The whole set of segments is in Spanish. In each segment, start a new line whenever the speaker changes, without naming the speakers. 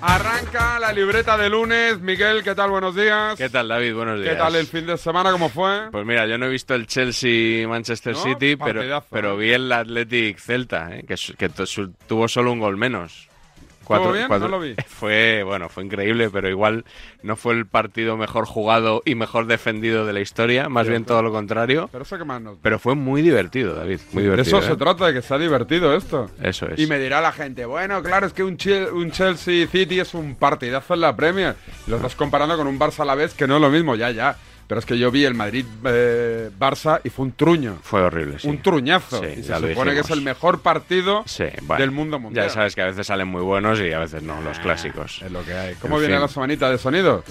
Arranca la libreta de lunes. Miguel, ¿qué tal? Buenos días.
¿Qué tal, David? Buenos días.
¿Qué tal el fin de semana? ¿Cómo fue?
Pues mira, yo no he visto el Chelsea-Manchester
No,
City, pero,
partidazo, ¿eh?
pero vi el Athletic-Celta, ¿eh? que, su- que tu- su- tuvo solo un gol menos.
bien? No lo vi.
Fue, bueno, fue increíble, pero igual no fue el partido mejor jugado y mejor defendido de la historia, más bien todo lo contrario.
Pero eso que más nos...
Pero fue muy divertido, David, muy
De
divertido.
eso se
¿eh?
trata, de que sea divertido esto.
Eso es.
Y me dirá la gente, bueno, claro, es que un, Chel- un Chelsea City es un partidazo en la Premier. Y lo estás comparando con un Barça a la vez, que no es lo mismo, ya, ya. Pero es que yo vi el Madrid-Barça y fue un truño.
Fue horrible, sí.
Un truñazo.
Sí,
y se
ya lo
supone que es
dijimos.
el mejor partido
Sí, bueno.
del mundo mundial. Ah,
Ya sabes que a veces salen muy buenos y a veces no, los clásicos.
Es lo que hay. ¿Cómo
En
viene
fin.
la semanita de sonido?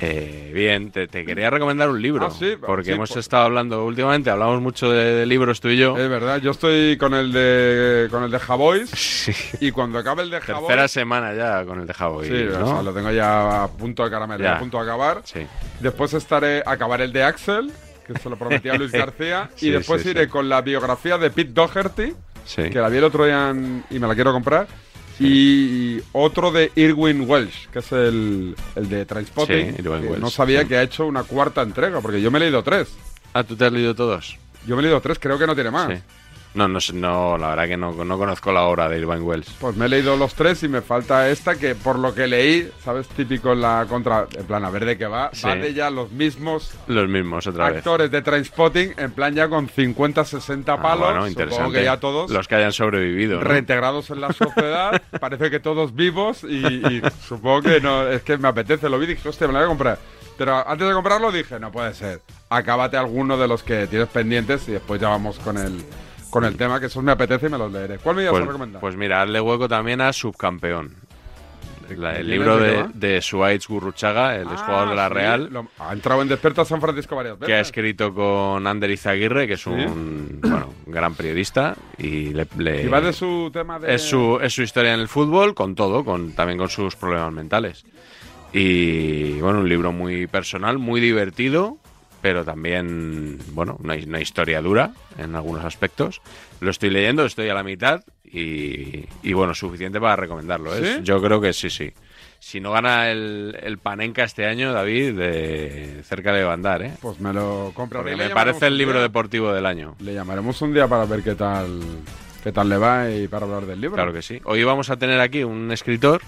Eh, bien, te, te quería recomendar un libro.
Ah, sí,
porque
sí,
hemos
por-
estado hablando últimamente, hablamos mucho de, de libros tú y yo.
Es verdad, yo estoy con el de con el de Javois y cuando acabe el de Javois
Tercera semana ya con el de Javoy.
Sí, o sea, lo tengo ya a punto de caramelo,
Ya.
a punto de acabar.
Sí.
Después estaré acabar el de Axel, que se lo prometí a Luis García,
Sí,
y después
sí,
iré
sí.
con la biografía de Pete Doherty,
Sí.
que la vi el otro día en- y me la quiero comprar. Y otro de Irwin Welsh, que es el, el de Trainspotting.
Sí, Irwin
que
Welsh,
no sabía
sí.
que ha hecho una cuarta entrega, porque yo me he leído tres.
Ah, tú te has leído todos.
Yo me he leído tres, creo que no tiene más.
Sí. No, no, sé- no, la verdad que no, no conozco la obra de Irvine Wells.
Pues me he leído los tres y me falta esta que por lo que leí, sabes, típico en la contra, en plan a ver de qué va,
Sí.
van de ya los mismos
Los mismos otra vez.
actores de Trainspotting, en plan ya con 50, 60
Ah,
palos,
bueno,
supongo
interesante.
que ya todos
Los que hayan sobrevivido. ¿no?
reintegrados en la sociedad, parece que todos vivos y, y supongo que no, es que me apetece, lo vi y dije, hostia, me lo voy a comprar. Pero antes de comprarlo dije, no puede ser, acábate alguno de los que tienes pendientes y después ya vamos con el, con el tema, que esos me apetece y me los leeré. ¿Cuál me ibas
Pues,
a recomendar?
pues mira, hazle hueco también a Subcampeón. La-
¿De
el
quién
libro
es? ¿De qué
de,
va?
de Suárez Gurruchaga, el exjugador de la
sí,
Real.
lo- ha entrado en Desperta San Francisco varias
que ha
veces.
escrito con Ander Izaguirre, que es un bueno, un gran periodista y le, le-
y va de su tema de...
es su es su historia en el fútbol con todo, con también con sus problemas mentales. Y bueno, un libro muy personal, muy divertido, pero también bueno, una, his- una historia dura en algunos aspectos. Lo estoy leyendo, estoy a la mitad y, y, bueno, suficiente para recomendarlo. ¿eh?
¿Sí?
Yo creo que sí, sí. Si no gana el, el Panenka este año, David, de cerca de Bandar, ¿eh?
Pues me lo compraré.
Porque
y le
me
llamaremos
parece el
un
libro
día.
deportivo del año.
Le llamaremos un día para ver qué tal qué tal le va y para hablar del libro.
Claro que sí. Hoy vamos a tener aquí un escritor,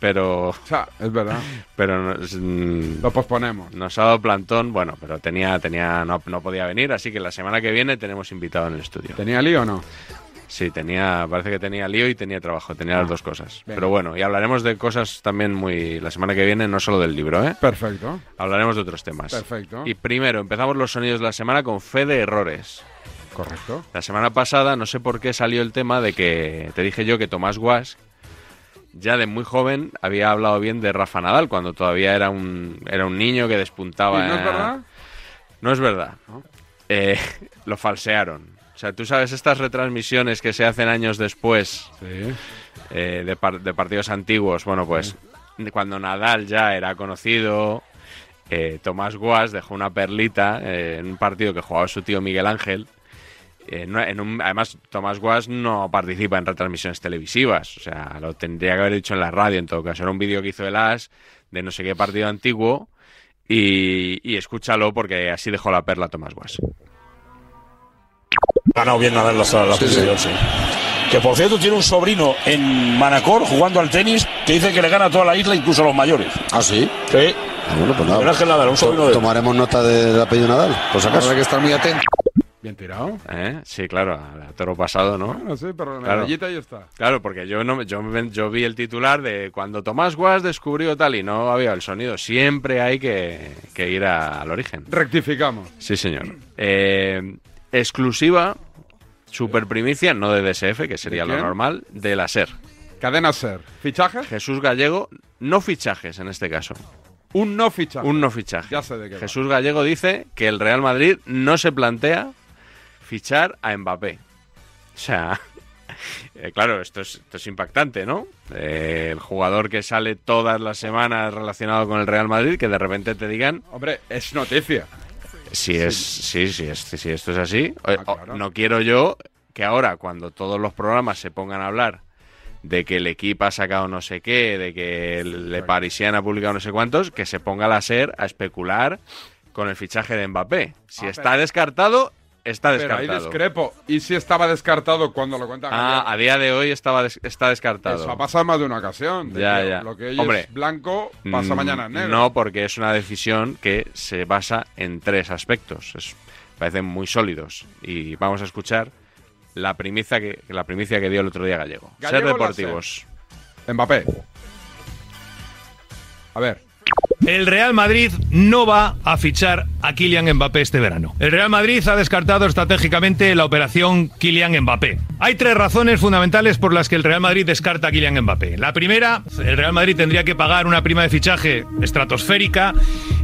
pero,
O sea, es verdad.
pero nos, mm,
Lo posponemos.
nos ha dado plantón. Bueno, pero tenía, tenía, no, no podía venir, así que la semana que viene tenemos invitado en el estudio.
¿Tenía lío o no?
Sí, tenía, parece que tenía lío y tenía trabajo, tenía las dos cosas.
Ah, venga.
Pero bueno, y hablaremos de cosas también muy la semana que viene, no solo del libro, ¿eh?
Perfecto.
Hablaremos de otros temas.
Perfecto.
Y primero empezamos los sonidos de la semana con fe de errores.
Correcto.
La semana pasada, no sé por qué salió el tema de que te dije yo que Tomás Guas, ya de muy joven, había hablado bien de Rafa Nadal cuando todavía era un, era un niño que despuntaba.
¿Y no es
eh,
verdad?
No es verdad.
No.
Eh, lo falsearon. O sea, tú sabes estas retransmisiones que se hacen años después
Sí.
eh, de, par- de partidos antiguos. Bueno, pues cuando Nadal ya era conocido, eh, Tomás Guas dejó una perlita eh, en un partido que jugaba su tío Miguel Ángel. En una- en un- además, Tomás Guas no participa en retransmisiones televisivas. O sea, lo tendría que haber dicho en la radio, en todo caso. Era un vídeo que hizo el As de no sé qué partido antiguo. Y, y escúchalo porque así dejó la perla Tomás Guas.
ganado bien Nadal las, las que se dio, sí. Que por cierto tiene un sobrino en Manacor jugando al tenis que dice que le gana a toda la isla, incluso a los mayores.
Ah, sí.
Sí.
Ah, bueno, pues
Miguel
nada.
Ángel Nadal, un sobrino
To-
de...
Tomaremos nota del apellido Nadal, por si acaso.
Habrá que estar muy atento.
Bien tirado.
¿Eh? Sí, claro, a, a toro pasado, ¿no?
Bueno, sí, pero la
Claro.
medallita ahí está.
Claro, porque yo no yo, me- yo vi el titular de cuando Tomás Guas descubrió tal y no había el sonido. Siempre hay que, que ir a- al origen.
Rectificamos.
Sí, señor. Eh, exclusiva, super primicia, no de DSF, que sería
¿De
lo
quién?
normal, de la SER.
Cadena ser. ¿Fichaje?
Jesús Gallego, no fichajes en este caso.
Un no fichaje.
Un no fichaje.
Ya sé de qué va.
Jesús Gallego dice que el Real Madrid no se plantea fichar a Mbappé. O sea, eh, claro, esto es, esto es impactante, ¿no? Eh, el jugador que sale todas las semanas relacionado con el Real Madrid, que de repente te digan
Hombre, es noticia.
si es, sí, sí, es, si esto es así. o-
Ah, claro.
o no quiero yo que ahora, cuando todos los programas se pongan a hablar de que el equipo ha sacado no sé qué, de que el Le Parisien ha publicado no sé cuántos, que se ponga la SER a especular con el fichaje de Mbappé. Si
Ah,
está
pero-
descartado, está
Pero ahí
descartado.
discrepo. ¿Y si estaba descartado cuando lo cuentan?
Ah, a día de hoy estaba des- está descartado.
Eso ha pasado más de una ocasión. de
Ya,
que
ya.
Lo que hoy
Hombre.
es blanco pasa
Mm,
mañana en negro.
No, porque es una decisión que se basa en tres aspectos. Es- parecen muy sólidos. Y vamos a escuchar la primicia que, la primicia que dio el otro día Gallego.
Gallego
Ser
la
deportivos.
Mbappé. A ver.
El Real Madrid no va a fichar a Kylian Mbappé este verano. El Real Madrid ha descartado estratégicamente la operación Kylian Mbappé. Hay tres razones fundamentales por las que el Real Madrid descarta a Kylian Mbappé. La primera, el Real Madrid tendría que pagar una prima de fichaje estratosférica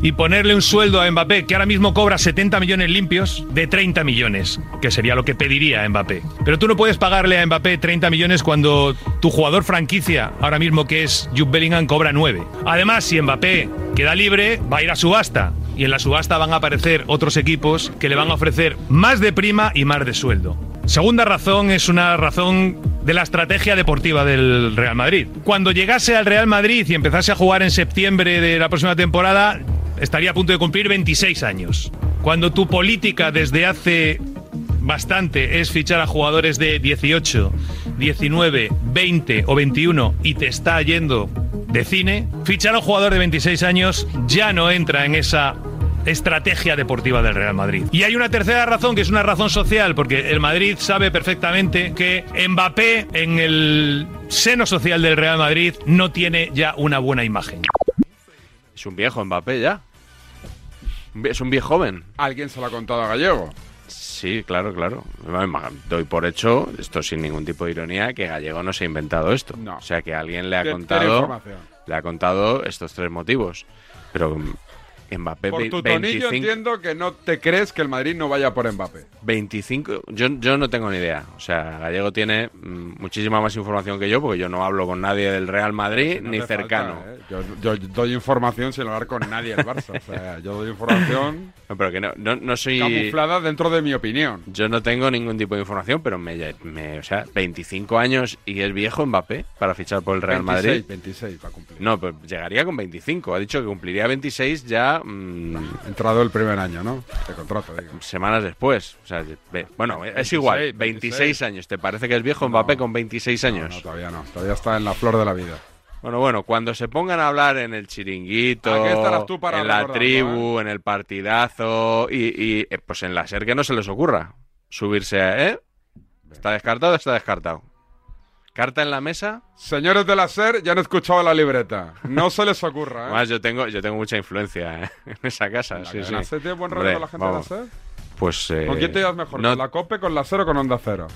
y ponerle un sueldo a Mbappé, que ahora mismo cobra 70 millones limpios, de 30 millones, que sería lo que pediría Mbappé. Pero tú no puedes pagarle a Mbappé 30 millones cuando tu jugador franquicia, ahora mismo que es Jude Bellingham, cobra 9. Además, si Mbappé queda libre, va a ir a subasta. Y en la subasta van a aparecer otros equipos que le van a ofrecer más de prima y más de sueldo. Segunda razón es una razón de la estrategia deportiva del Real Madrid. Cuando llegase al Real Madrid y empezase a jugar en septiembre de la próxima temporada, estaría a punto de cumplir 26 años. Cuando tu política desde hace bastante es fichar a jugadores de 18, 19, 20 o 21 y te está yendo de cine, fichar a un jugador de 26 años ya no entra en esa estrategia deportiva del Real Madrid. Y hay una tercera razón que es una razón social, porque el Madrid sabe perfectamente que Mbappé en el seno social del Real Madrid no tiene ya una buena imagen.
Es un viejo Mbappé ya. Un vie- Es un viejo joven.
Alguien se lo ha contado a Gallego.
Sí, claro, claro. Ma- Doy por hecho, esto sin ningún tipo de ironía, que Gallego no se ha inventado esto.
No.
O sea, que alguien le ha
Te- te doy
contado
información.
le ha contado estos tres motivos. Pero mm, Mbappé
Por
ve-
tu tonillo
25
entiendo que no te crees que el Madrid no vaya por Mbappé.
25, yo, yo no tengo ni idea. O sea, Gallego tiene mm, muchísima más información que yo, porque yo no hablo con nadie del Real Madrid
No
ni
hace
cercano.
falta, ¿eh? yo, yo doy información sin hablar con nadie del Barça. O sea, yo doy información
No, pero que no, no, no soy.
camuflada dentro de mi opinión.
Yo no tengo ningún tipo de información, pero me, me- o sea, 25 años y es viejo Mbappé para fichar por el Real
26,
Madrid.
26 va a cumplir.
No, pues llegaría con 25. Ha dicho que cumpliría 26 ya mm,
Entrado el primer año, ¿no? De contrato, digo.
semanas después. O sea, ve- bueno, es igual.
26,
26, años. ¿Te parece que es viejo Mbappé con 26
No,
años?
no, todavía no. Todavía está en la flor de la vida.
Bueno, bueno, cuando se pongan a hablar en
Aquí
el
estarás
chiringuito,
tú para eh?
en la
recordarlo,
tribu, en el partidazo y, y, eh, pues en la SER que no se les ocurra subirse a... ¿eh? ¿Está descartado? Está descartado. ¿Carta en la mesa?
Señores de la SER, ya ¿eh? han escuchado la libreta. No se les ocurra, ¿eh?
Además, yo tengo, yo tengo mucha influencia ¿eh? en esa casa.
La
sí,
cadena
sí.
SER tiene buen rollo
Hombre,
con la gente
vamos.
de la SER?
Pues, eh,
¿Con quién te llevas mejor?
no-
¿Con la COPE, con la SER o con Onda Cero?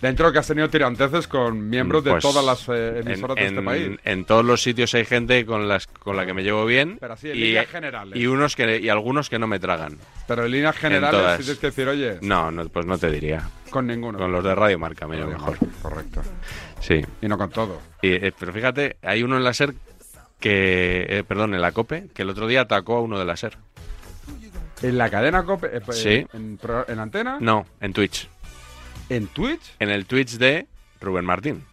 Dentro que has tenido tiranteces con miembros
pues,
de todas las eh, emisoras
en,
de este
en-
país.
en todos los sitios hay gente con, las, con la que me llevo bien
Pero así, en
y,
líneas generales.
y unos que, y algunos que no me tragan.
Pero en líneas
en
generales
todas.
si tienes que decir, oye,
No, no, pues no te diría.
con ninguno.
Con los de Radio Marca me
Con
llevo
los de
mejor.
Marco, Correcto.
Sí.
Y no con todo.
Y, eh, pero fíjate, hay uno en la SER que, eh, perdón, en la COPE, que el otro día atacó a uno de la E SER.
¿En la cadena COPE? eh, pues,
Sí.
En, pro- en antena?
No, en Twitch.
¿En Twitch?
En el Twitch de Rubén Martín.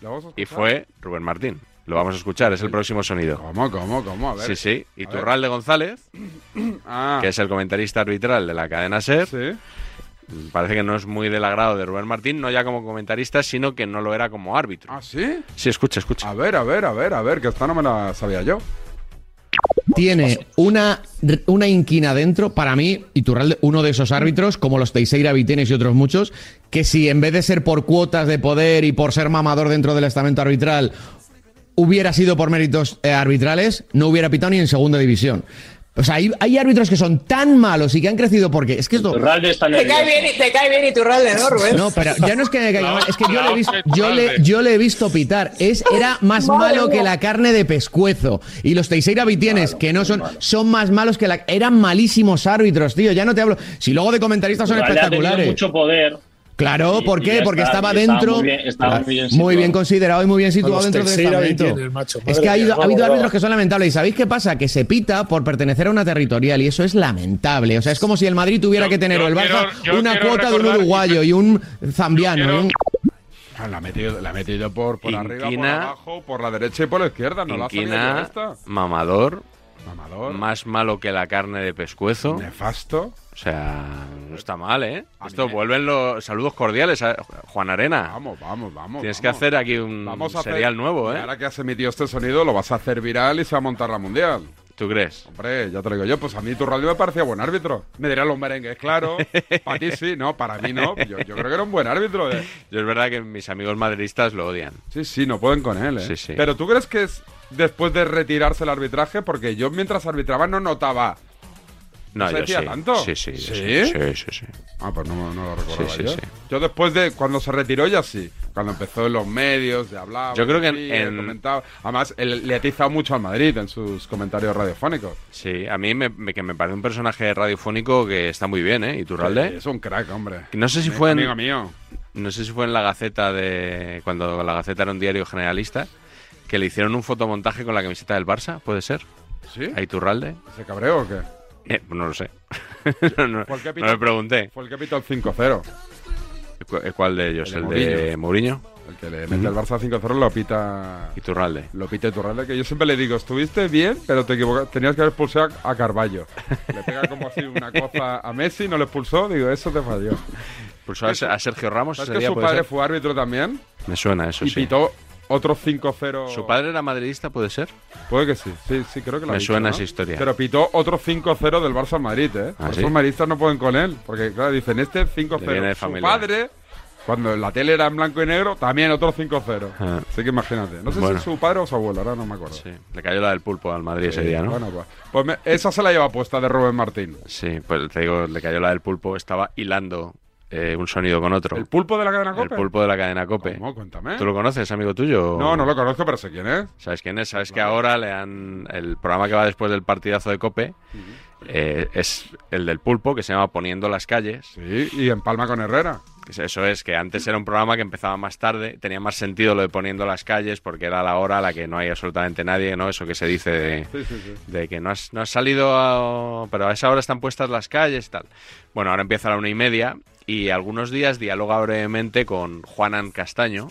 ¿Lo vamos a
Y
escuchar?
fue Rubén Martín. Lo vamos a escuchar, es el próximo sonido.
¿Cómo, cómo, cómo? A ver.
Sí, sí. Y
A ver.
Turralde González,
Ah,
que es el comentarista arbitral de la cadena SER,
sí.
parece que no es muy del agrado de Rubén Martín, no ya como comentarista, sino que no lo era como árbitro.
¿Ah, sí?
Sí, escucha, escucha.
A ver, a ver, a ver, a ver, que esta no me la sabía yo.
tiene una, una inquina dentro, para mí, Iturralde, uno de esos árbitros, como los Teixeira Vitenes y otros muchos, que si en vez de ser por cuotas de poder y por ser mamador dentro del estamento arbitral, hubiera sido por méritos eh, arbitrales, no hubiera pitado ni en segunda división. O sea, hay, hay árbitros que son tan malos y que han crecido porque es que esto...
Turralde está
Te cae bien, te cae bien Iturralde, ¿no, Rubén?
No, pero ya no es que me caiga mal, es que yo le, he visto,
hostia,
yo, le,
Iturralde.
yo le he visto pitar. Es, era más
Madre
malo que
mía.
la carne de pescuezo. Y los Teixeira Vitienes, que no son, son más malos que la. Eran malísimos árbitros, tío. Ya no te hablo. Si luego de comentaristas son
Turralde ha tenido
espectaculares.
mucho poder.
Claro,
Y-
¿por
y
qué?
ya
Porque
está,
estaba
y estaba
dentro.
muy bien- estaba
Claro,
muy bien situado.
considerado y muy bien situado
los
dentienes, dentro del
Teixeira
estamento.
Vitienes, macho,
es
madre
que ha,
mía,
ido- ha
vamos,
habido
vamos.
árbitros que son lamentables. ¿Y sabéis qué pasa? Que se pita por pertenecer a una territorial y eso es lamentable. O sea, es como si el Madrid tuviera
Yo-
que tener
yo
o el Barça
quiero- yo
una
quiero
cuota de un
recordar-
uruguayo y un zambiano.
yo
y un-
Ah, La ha metido, la ha metido por, por arriba, por
Inquina.
abajo, por la derecha y por la izquierda. Ah, No la ha
Inquina,
salido esta.
mamador,
Mamador.
más malo que la carne de pescuezo.
Nefasto.
O sea, no está mal, ¿eh?
A mí
Esto
me-
vuelven los saludos cordiales a Juan Arena.
Vamos, Pues vamos, vamos.
Tienes que
vamos.
hacer aquí un
Vamos a hacer-
serial nuevo,
y
¿eh?
Ahora que has emitido este sonido, lo vas a hacer viral y se va a montar la mundial.
¿Tú crees?
Hombre, ya te lo digo yo, pues a mí tu radio me parecía buen árbitro. Me dirán los merengues, claro. Para ti sí, no, para mí no. Yo, yo creo que era un buen árbitro. eh.
Yo es verdad que mis amigos madridistas lo odian.
Sí, sí, no pueden con él, ¿eh?
Sí, sí.
Pero tú crees que es después de retirarse el arbitraje, porque yo mientras arbitraba no notaba.
No,
¿No se
yo
decía
sí.
tanto?
Sí, sí, yo
¿Sí?
sí, sí, sí, sí.
Ah, pues no, no lo recordaba
Sí, sí,
yo.
sí.
Yo después de cuando se retiró ya sí, cuando empezó en los medios de hablar.
Yo creo que en-
sí,
en-
comentaba. Además, él, le ha atizado mucho al Madrid en sus comentarios radiofónicos.
Sí, a mí me, me- que me parece un personaje radiofónico que está muy bien, ¿eh?
Sí,
Iturralde.
Es un crack, hombre.
No sé si fue en-
amigo mío.
No sé si fue en la Gaceta de cuando la Gaceta era un diario generalista que le hicieron un fotomontaje con la camiseta del Barça, puede ser.
¿Sí?
A Iturralde.
¿Se cabreó o qué?
Eh, no lo sé. no, no-
¿Por qué
no
pita-
le pregunté.
Fue el que pitó el 5-0.
¿Cu- eh, ¿Cuál de ellos?
El
El
de
de Mourinho.
El que le mete al Barça 5-0 lo pita.
Iturralde.
Lo pita Iturralde, que yo siempre le digo, estuviste bien, pero te equivocas. Tenías que haber expulsado a Carballo. Le pega como así una cosa a Messi, no le expulsó, digo, eso te falló.
Pulsó a,
Es que-
a Sergio Ramos
¿Sabes
ese
que
día,
su
puede
padre
ser.
fue árbitro también?
Me suena eso,
y
sí.
pitó otro 5-0.
¿Su padre era madridista, puede ser?
Puede que sí, sí, sí, creo que lo ha
Me
dicho,
suena
¿no?
esa historia.
Pero pitó otro 5-0 del Barça al Madrid, ¿eh?
¿Ah,
Por eso
sí?
Los madridistas no pueden con él, porque claro, dicen este
Le viene
5-0.
de
Su
familia.
padre, cuando la tele era en blanco y negro, también otro 5-0.
Ah.
Así que imagínate. No sé
Bueno.
si su padre o su abuelo, ahora no me acuerdo.
Sí. Le cayó la del pulpo al Madrid ese día, ¿no?
Bueno, pues, pues me- esa se la lleva puesta de Rubén Martín.
Sí, pues te digo, le cayó la del pulpo. Estaba hilando eh, un sonido con otro.
¿El pulpo de la cadena
El
Cope?
pulpo de la cadena Cope.
¿Cómo? Cuéntame.
¿Tú lo conoces, amigo tuyo?
No, no lo conozco, pero sé quién es.
¿Sabes quién es? ¿Sabes que ahora le han. El programa que va después del partidazo de Cope eh, es el del pulpo que se llama Poniendo las calles.
Sí, y en Palma con Herrera.
Eso es, que antes era un programa que empezaba más tarde, tenía más sentido lo de Poniendo las calles porque era la hora a la que no hay absolutamente nadie, ¿no? Eso que se dice de.
Sí, sí, sí.
de que no has, no has salido, a- pero a esa hora están puestas las calles y tal. Bueno, ahora empieza a la una y media y algunos días dialoga brevemente con Juanan Castaño.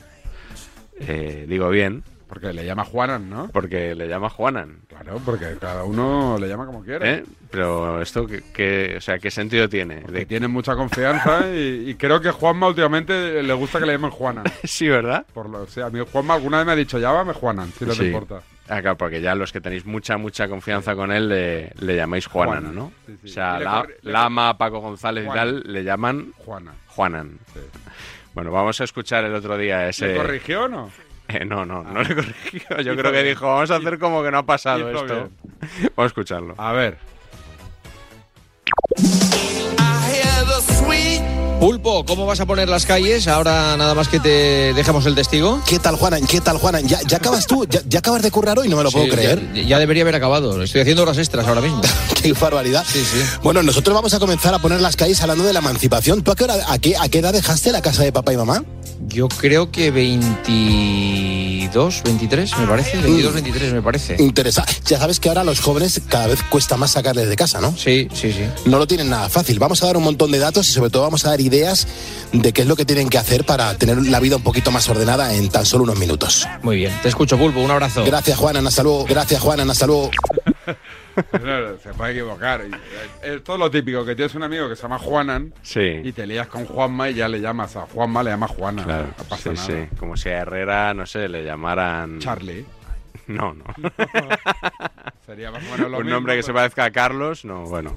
Eh, digo bien,
Porque le llama Juanan, ¿no?
porque le llama Juanan.
Claro, porque cada uno le llama como quiere.
¿eh? Pero esto, que, que- o sea, ¿qué sentido tiene?
Que
De-
tienen mucha confianza y, y creo que Juanma últimamente le gusta que le llamen Juana.
sí, ¿verdad?
Por lo, o sea, a mí Juanma alguna vez me ha dicho, llámame Juanan, si no
Sí.
te importa.
Acá, porque ya los que tenéis mucha, mucha confianza con él le, le llamáis Juanan,
Juanan,
¿no?
sí, sí.
O sea,
Y le
la-
corri- le-
Lama, Paco González
Juanan.
y tal, le llaman
Juana.
Juanan.
Sí.
Bueno, vamos a escuchar el otro día ese...
¿Le corrigió o no? Ah.
Eh, no, no, no le corrigió. Yo
Hizo
creo que
bien.
dijo, vamos a hacer como que no ha pasado
hizo
esto. Vamos a escucharlo.
A ver.
Pulpo, ¿cómo vas a poner las calles? Ahora nada más que te dejamos el testigo.
¿Qué tal, Juanan? ¿Qué tal, Juanan? Ya, ya acabas tú, ya, ya acabas de currar hoy, no me lo puedo
Sí,
creer.
Ya, ya debería haber acabado. Estoy haciendo horas extras ahora mismo.
Qué barbaridad.
Sí, sí.
Bueno, nosotros vamos a comenzar a poner las calles hablando de la emancipación. ¿Tú a qué, hora, a qué, a qué edad dejaste la casa de papá y mamá?
Yo creo que 22, 23, me parece. 22, 23, me parece.
Interesante. Ya sabes que ahora los jóvenes cada vez cuesta más sacarles de casa, ¿no?
Sí, sí, sí.
No lo tienen nada fácil. Vamos a dar un montón de datos y sobre todo vamos a dar ideas de qué es lo que tienen que hacer para tener la vida un poquito más ordenada en tan solo unos minutos.
Muy bien. Te escucho, Pulpo. Un abrazo.
Gracias, Juanan. Hasta luego. Gracias, Juanan. Hasta luego.
No, no, se puede equivocar. eh, Es todo lo típico, que tienes un amigo que se llama Juanan y
Sí,
te lías con Juanma y ya le llamas a Juanma, le llamas Juana.
claro.
No pasa
sí,
nada.
sí. Como si a Herrera, no sé, le llamaran...
Charlie.
No, no.
Sería más o menos lo mismo,
Un
pues.
nombre que se
pero-
parezca a Carlos, no, bueno.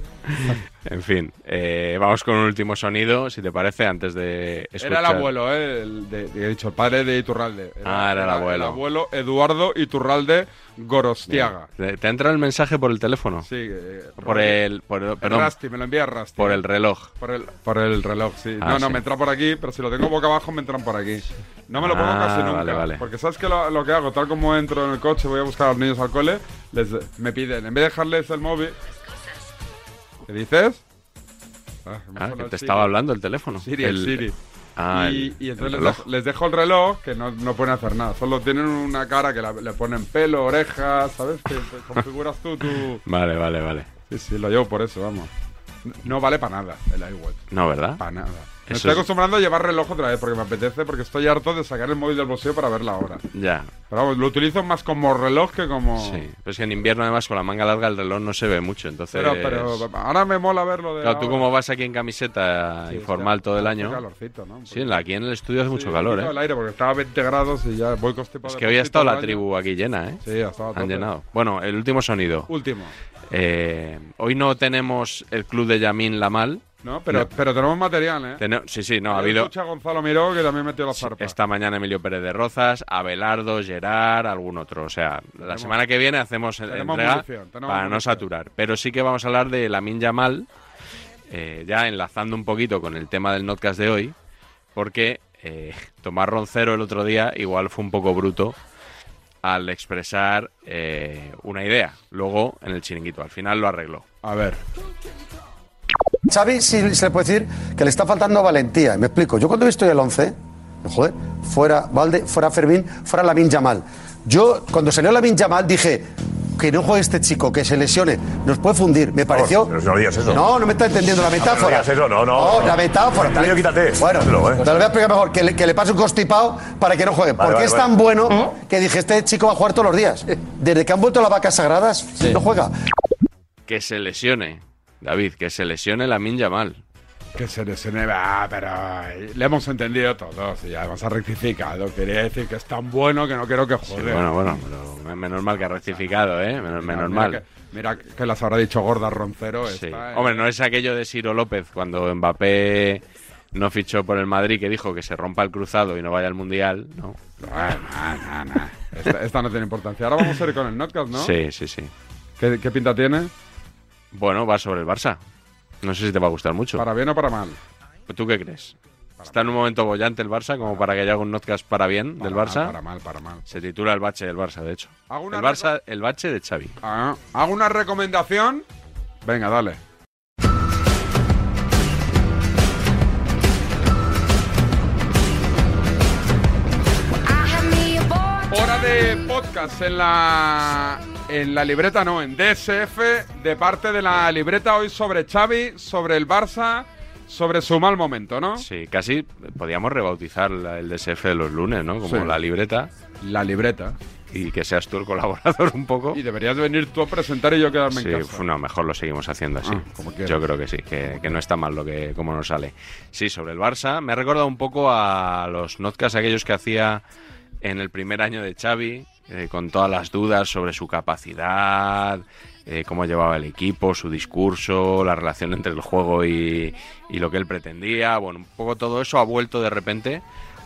En fin, eh, vamos con un último sonido, si te parece, antes de escuchar...
Era el abuelo, ¿eh? El de, de- he dicho, el padre de Iturralde.
Ah, era el abuelo.
El abuelo Eduardo Iturralde Gorostiaga.
¿Te te ha entrado el mensaje por el teléfono?
Sí, eh,
Por el... Por, el- perdón,
Rusty, me lo envía Rusty.
por el reloj.
Por el, por el reloj, sí.
Ah,
no, no,
sí.
me entra por aquí, pero si lo tengo boca abajo, me entran por aquí. No me lo pongo
Ah,
casi nunca.
vale, vale.
Porque sabes que lo, lo que hago, tal como entro en el coche, voy a buscar a los niños al cole, les, me piden, en vez de dejarles el móvil. ¿Qué dices? Ah, me
Ah,
suena
que
el
te
Siri.
estaba hablando el teléfono.
Siri, el
el,
Siri.
Ah,
y,
el-
y entonces
el
les
reloj.
dejo, les dejo el reloj que no, no pueden hacer nada. Solo tienen una cara que la- le ponen pelo, orejas, ¿sabes? Que te configuras tú tu.
Vale, vale, vale.
Sí, sí, lo llevo por eso, vamos. No vale para nada el iWatch.
No, ¿verdad?
Para nada. Me
Eso
estoy
es-
acostumbrando a llevar reloj otra vez porque me apetece, porque estoy harto de sacar el móvil del bolsillo para ver la hora.
Ya.
Pero vamos, lo utilizo más como reloj que como.
Sí. Pero es que en invierno, además, con la manga larga el reloj no se ve mucho. Entonces.
Pero, pero ahora me mola verlo de.
Claro, tú
ahora.
como vas aquí en camiseta
Sí,
informal
hostia,
todo el
hace
año.
calorcito, ¿no? Un
Sí, en la- aquí en el estudio hace mucho
Sí,
calor,
quito
¿eh?
el aire porque estaba a 20 grados y ya voy constipado.
Es
de
que hoy ha
poquito
estado
al
la
baño.
tribu aquí llena, ¿eh?
Sí, ha estado a
Han
tope.
llenado. Bueno, el último sonido.
Último.
Eh, hoy no tenemos el club de Yamin Lamal.
No, pero,
No.
pero tenemos material, ¿eh?
Tene- sí, sí, no, ha
Ayer
habido.
escuché a Gonzalo Miró que también metió la zarpa.
Esta mañana Emilio Pérez de Rozas, Abelardo, Gerard, algún otro. O sea, la semana que viene hacemos el-
tenemos
entrega
munición, tenemos
para no
munición.
saturar. Pero sí que vamos a hablar de Lamin Yamal, eh, ya enlazando un poquito con el tema del podcast de hoy, porque eh, Tomás Roncero el otro día igual fue un poco bruto al expresar eh, una idea. Luego en el chiringuito, al final lo arregló.
A ver.
Xavi sí se le puede decir que le está faltando valentía. Y Me explico. Yo cuando he visto el 11, joder, fuera Valde, fuera Fermín, fuera Lamin Yamal. Yo cuando salió Lamin Yamal dije que no juegue este chico, que se lesione, nos puede fundir. Me
Oh,
pareció.
pero no digas eso.
No, no me está entendiendo la
No, pero no
metáfora. Oh,
digas eso, no, no, no.
la metáfora.
Quítatelo, quítate.
Bueno,
Quítatelo, eh.
te lo voy a explicar mejor. Que le, que le pase un constipado para que no juegue.
Vale,
Porque
vale,
es
vale.
tan bueno que dije, este chico va a jugar todos los días. Desde que han vuelto las vacas sagradas, no juega.
Que se lesione, David, que se lesione Lamin Yamal.
Que se lesione, va, pero le hemos entendido todos y además ha rectificado. Quería decir que es tan bueno que no quiero que
Sí,
juegue.
bueno, bueno, pero me- menos mal que ha rectificado, ¿eh? Menos,
Mira,
menos
mira
mal.
que- Mira que, las habrá dicho gorda Roncero.
Sí.
esta, eh.
Hombre, no es aquello de Ciro López cuando Mbappé no fichó por el Madrid que dijo que se rompa el cruzado y no vaya al Mundial, ¿no?
Ah, nah, nah, nah. Esta, esta no tiene importancia. Ahora vamos a ir con el Notcast, ¿no?
Sí, sí, sí.
¿Qué, qué pinta tiene?
Bueno, va sobre el Barça. No sé si te va a gustar mucho.
¿Para bien o para mal?
¿Tú qué crees? Está en un momento bollante el Barça como para que haya un podcast para bien del
Para
Barça.
mal, Para mal, para mal.
Se titula El bache del Barça, de hecho. El
Hago una
Barça, el bache de Xavi.
Ah, ¿Hago una recomendación? Venga, dale. Hora de podcast en la en la libreta no, en DSF de parte de la libreta hoy sobre Xavi, sobre el Barça, sobre su mal momento, ¿no?
Sí, casi podíamos rebautizar la- el DSF de los lunes, ¿no? Como
Sí.
la libreta
La libreta.
y que seas tú el colaborador un poco.
Y deberías de venir tú a presentar y yo quedarme
Sí,
en casa.
fu- no, mejor lo seguimos haciendo así.
Ah, como quieras.
Yo creo que sí, que, que no está mal lo que como nos sale. Sí, sobre el Barça, me ha recordado un poco a los notcas aquellos que hacía en el primer año de Xavi, eh, con todas las dudas sobre su capacidad, eh, cómo llevaba el equipo, su discurso, la relación entre el juego y, y lo que él pretendía. Bueno, un poco todo eso ha vuelto de repente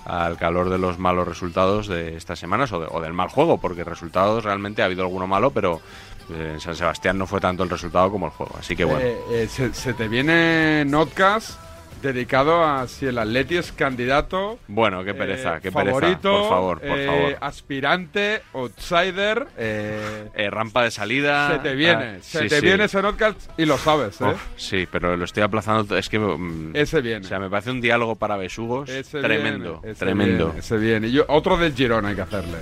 al calor de los malos resultados de estas semanas o, de- o del mal juego, porque resultados realmente ha habido alguno malo, pero eh, en San Sebastián no fue tanto el resultado como el juego. Así que bueno,
Eh, eh, se, se te viene Notcast dedicado a si el Atleti es candidato.
bueno, qué pereza,
eh,
qué pereza,
favorito,
por favor, por
eh,
favor.
Aspirante, outsider. eh,
Eh, rampa de salida.
se te viene,
Ah,
se
sí,
te
sí.
viene ese Notcast y lo sabes, ¿eh?
Uf, sí, pero lo estoy aplazando. Es que. mm,
Ese viene.
O sea, me parece un diálogo para besugos
Ese
tremendo,
viene, ese
tremendo.
viene, ese viene. Y yo- otro del Girona hay que hacerle.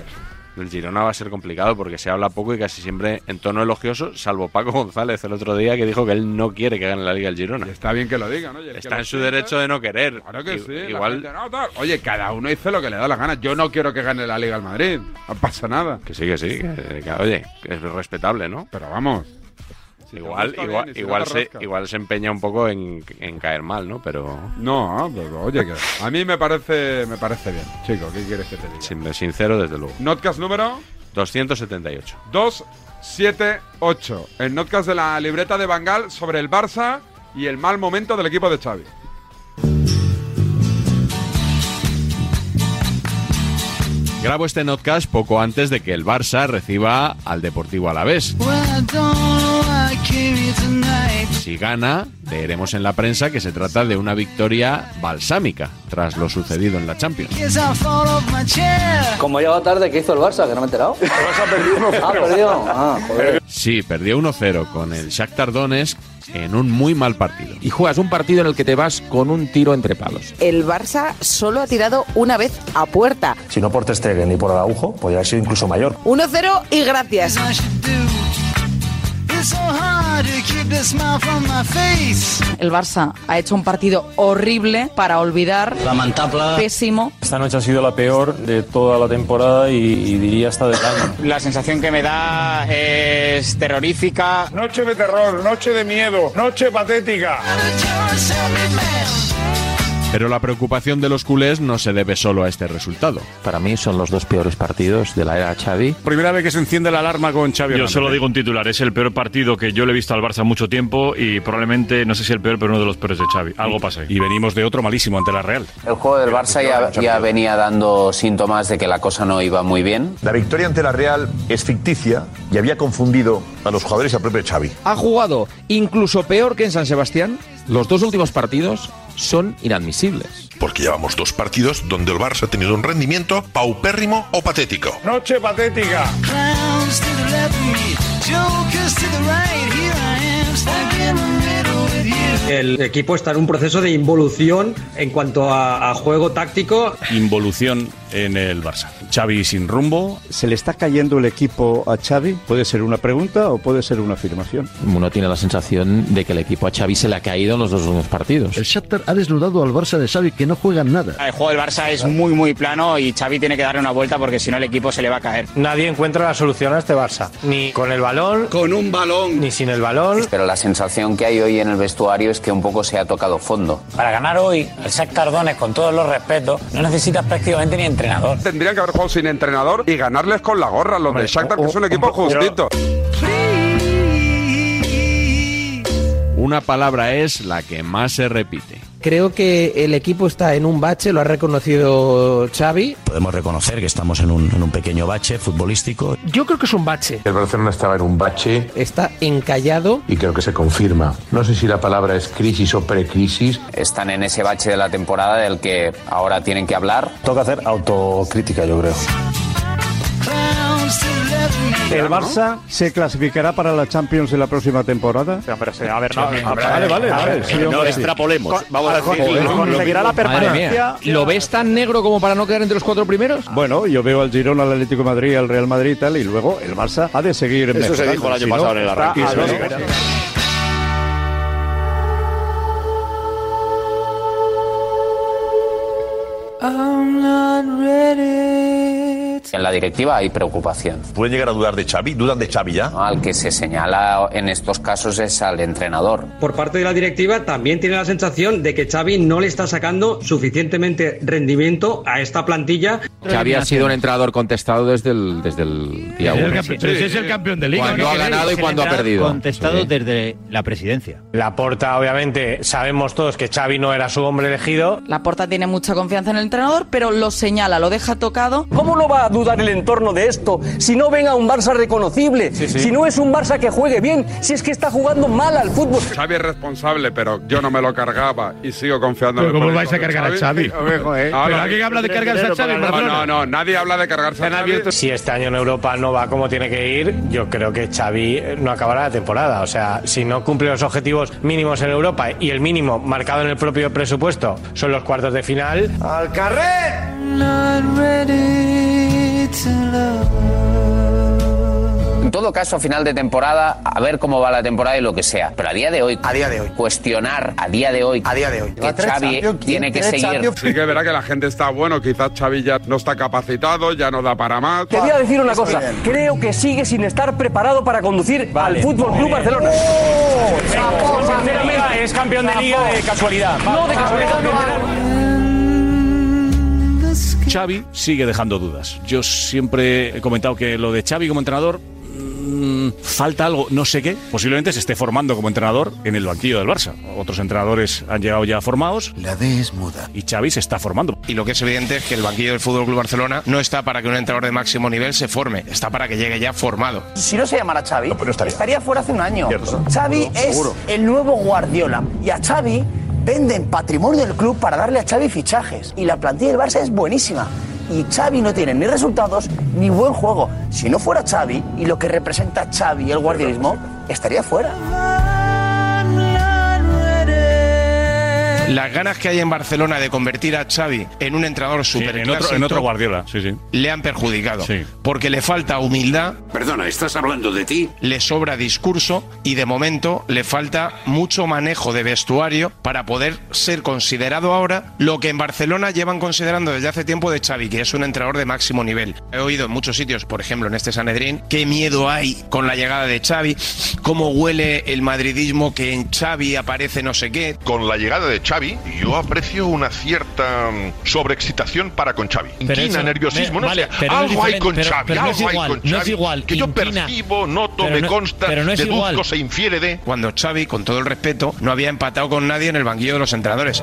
El Girona va a ser complicado porque se habla poco y casi siempre en tono elogioso, salvo Paco González el otro día que dijo que él no quiere que gane la Liga el Girona.
Y está bien que lo diga, ¿no? Y el que
Está
lo
en su
siente-
derecho de no querer.
Claro que
I-
sí. la
Igual
gente, no, tal. Oye, cada uno dice lo que le da la gana. Yo no quiero que gane la Liga al Madrid. No pasa nada.
que sí, que sí. que- que, oye, que es respetable, ¿no?
Pero vamos. Si te
Igual,
gusta,
igual,
bien, y si no,
igual,
te
se,
rascas.
igual se empeña un poco en, en caer mal, ¿no? Pero
No, pero oye, que a mí me parece, me parece bien. Chico, ¿qué quieres que te diga?
sin- sincero, desde luego.
Notcast número
278.
278. El notcast de la libreta de Bangal sobre el Barça y el mal momento del equipo de Xavi.
Grabo este podcast poco antes de que el Barça reciba al Deportivo Alavés. Si gana, leeremos en la prensa que se trata de una victoria balsámica tras lo sucedido en la Champions.
Como llegado tarde, ¿qué hizo el Barça? Que no me he enterado. El Barça perdió. Ah, perdió. Ah, joder.
Sí, perdió 1-0 con el Shakhtar Donetsk en un muy mal partido.
Y juegas un partido en el que te vas con un tiro entre palos.
El Barça solo ha tirado una vez a puerta.
Si no por Testregen ni por Araujo, podría haber sido incluso mayor.
1-0 y gracias. El Barça ha hecho un partido horrible para olvidar.
Lamentable.
Pésimo.
Esta noche ha sido la peor de toda la temporada y, y diría hasta del año.
La sensación que me da es terrorífica. Noche de terror, noche de miedo, noche patética.
Pero la preocupación de los culés no se debe solo a este resultado.
Para mí son los dos peores partidos de la era Xavi.
Primera vez que se enciende la alarma con Xavi.
Yo solo digo un titular, es el peor partido que yo le he visto al Barça mucho tiempo y probablemente, no sé si el peor, pero uno de los peores de Xavi. Algo pasa Y venimos de otro malísimo ante la Real.
El juego del Barça ya, ya venía dando síntomas de que la cosa no iba muy bien.
La victoria ante la Real es ficticia y había confundido a los jugadores y al propio Xavi.
Ha jugado incluso peor que en San Sebastián.
Los dos últimos partidos son inadmisibles.
Porque llevamos dos partidos donde el Barça ha tenido un rendimiento paupérrimo o patético.
Noche patética.
El equipo está en un proceso de involución en cuanto a, a juego táctico.
Involución en el Barça. Xavi sin rumbo.
¿Se le está cayendo el equipo a Xavi? ¿Puede ser una pregunta o puede ser una afirmación?
Uno tiene la sensación de que el equipo a Xavi se le ha caído en los dos últimos partidos.
El Shakhtar ha desnudado al Barça de Xavi que no juegan nada.
El juego del Barça es muy, muy plano y Xavi tiene que darle una vuelta porque si no el equipo se le va a caer.
Nadie encuentra la solución a este Barça. Ni con el balón. Con un balón. Ni sin el balón.
Pero la sensación que hay hoy en el vestuario es que un poco se ha tocado fondo.
Para ganar hoy, el Shakhtar Donetsk, con todos los respetos, no necesitas prácticamente ni entrenador.
Tendrían que haber jugado sin entrenador y ganarles con la gorra los de Shakhtar, que es un equipo justito.
Una palabra es la que más se repite.
Creo que el equipo está en un bache, lo ha reconocido Xavi.
Podemos reconocer que estamos en un, en un pequeño bache futbolístico.
Yo creo que es un bache.
El Barcelona estaba en un bache
Está encallado.
y creo que se confirma. No sé si la palabra es crisis o precrisis.
Están en ese bache de la temporada del que ahora tienen que hablar.
Toca hacer autocrítica, yo creo.
¿El Barça se clasificará para la Champions de la próxima temporada?
A ver, no,
Sí, hombre, vale,
Ah,
vale,
a ver,
vale, sí,
no
hombre.
extrapolemos.
Con-
Vamos a
con-
decir,
con-
conseguirá la permanencia.
¿Lo ves tan negro como para no quedar entre los cuatro primeros?
Ah. Bueno, yo veo al Girona, al Atlético de Madrid, al Real Madrid y tal, y luego el Barça ha de seguir
Eso se
mejorando,
dijo el año
si no,
pasado en el
está
arranque.
a
Eso
dos-
dijo.
En la directiva hay preocupación.
¿Pueden llegar a dudar de Xavi? ¿Dudan de Xavi ya?
Al que se señala en estos casos es al entrenador.
Por parte de la directiva también tiene la sensación de que Xavi no le está sacando suficientemente rendimiento a esta plantilla.
Xavi ha sido un entrenador contestado desde el, desde el día
Es el
uno.
campeón- pero si es el campeón de liga,
Cuando
¿no?
ha ganado y
Es el
cuando ha
entrenador
perdido.
contestado
Sí.
desde la presidencia.
La Porta, obviamente, sabemos todos que Xavi no era su hombre elegido.
La Porta tiene mucha confianza en el entrenador, pero lo señala, lo deja tocado.
¿Cómo no va a dudar el entorno de esto si no ven a un Barça reconocible? Si no es un Barça que juegue bien, si es que está jugando mal al fútbol.
Xavi es responsable, pero yo no me lo cargaba y sigo confiando
Pero
en el
¿cómo
proyecto
vais a
de
cargar a Xavi?
Hombre, joder.
Pero
¿eh? Ahora-
alguien habla de cargarse a Xavi,
No,
Barcelona.
no, no, nadie habla de cargarse a Xavi.
Si este año en Europa no va como tiene que ir, yo creo que Xavi eh, no acabará la temporada. O sea, si no cumple los objetivos mínimos en Europa y el mínimo marcado en el propio presupuesto son los cuartos de final. ¡Al carrer!
En todo caso, a final de temporada, a ver cómo va la temporada y lo que sea. Pero a día de hoy, a día de hoy, cuestionar a día de hoy, a día de hoy, que Xavi tiene que seguir.
Sí que verá que la gente está bueno, quizás Xavi ya no está capacitado, ya no da para más.
Te voy a decir una cosa, creo que sigue sin estar preparado para conducir al Fútbol Club Barcelona. Sinceramente,
Es campeón de liga de casualidad.
No, de casualidad no.
Xavi sigue dejando dudas. Yo siempre he comentado que lo de Xavi como entrenador mm, falta algo, no sé qué. Posiblemente se esté formando como entrenador en el banquillo del Barça. Otros entrenadores han llegado ya formados. La D es muda. Y Xavi se está formando.
Y lo que es evidente es que el banquillo del Fútbol Club Barcelona no está para que un entrenador de máximo nivel se forme, está para que llegue ya formado.
Si no se llamara Xavi,
estaría.
fuera hace un año.
Cierto.
Xavi
Seguro,
es
seguro.
el nuevo Guardiola. Y a Xavi venden patrimonio del club para darle a Xavi fichajes. Y la plantilla del Barça es buenísima. Y Xavi no tiene ni resultados ni buen juego. Si no fuera Xavi y lo que representa Xavi y el guardiolismo, estaría fuera.
Las ganas que hay en Barcelona de convertir a Xavi en un entrenador super
En otro, en otro Guardiola, sí, sí.
le han perjudicado.
Sí.
Porque le falta humildad.
Perdona, ¿estás hablando de ti?
le sobra discurso y de momento le falta mucho manejo de vestuario para poder ser considerado ahora lo que en Barcelona llevan considerando desde hace tiempo de Xavi, que es un entrenador de máximo nivel. He oído en muchos sitios, por ejemplo en este Sanedrín, qué miedo hay con la llegada de Xavi, cómo huele el madridismo que en Xavi aparece no sé qué.
Con la llegada de Xavi, yo aprecio una cierta mm, sobreexcitación para con Xavi.
Pero
Inquina,
eso-
nerviosismo,
me-
no
vale,
sé,
pero es
algo hay
diferente,
con
pero-
Xavi,
pero no
algo
es
hay
igual,
con Xavi.
no es igual,
que yo
inquina.
percibo, noto,
Pero
me
no-
consta,
pero no es
deduzco,
igual.
se infiere de...
Cuando Xavi, con todo el respeto, no había empatado con nadie en el banquillo de los entrenadores.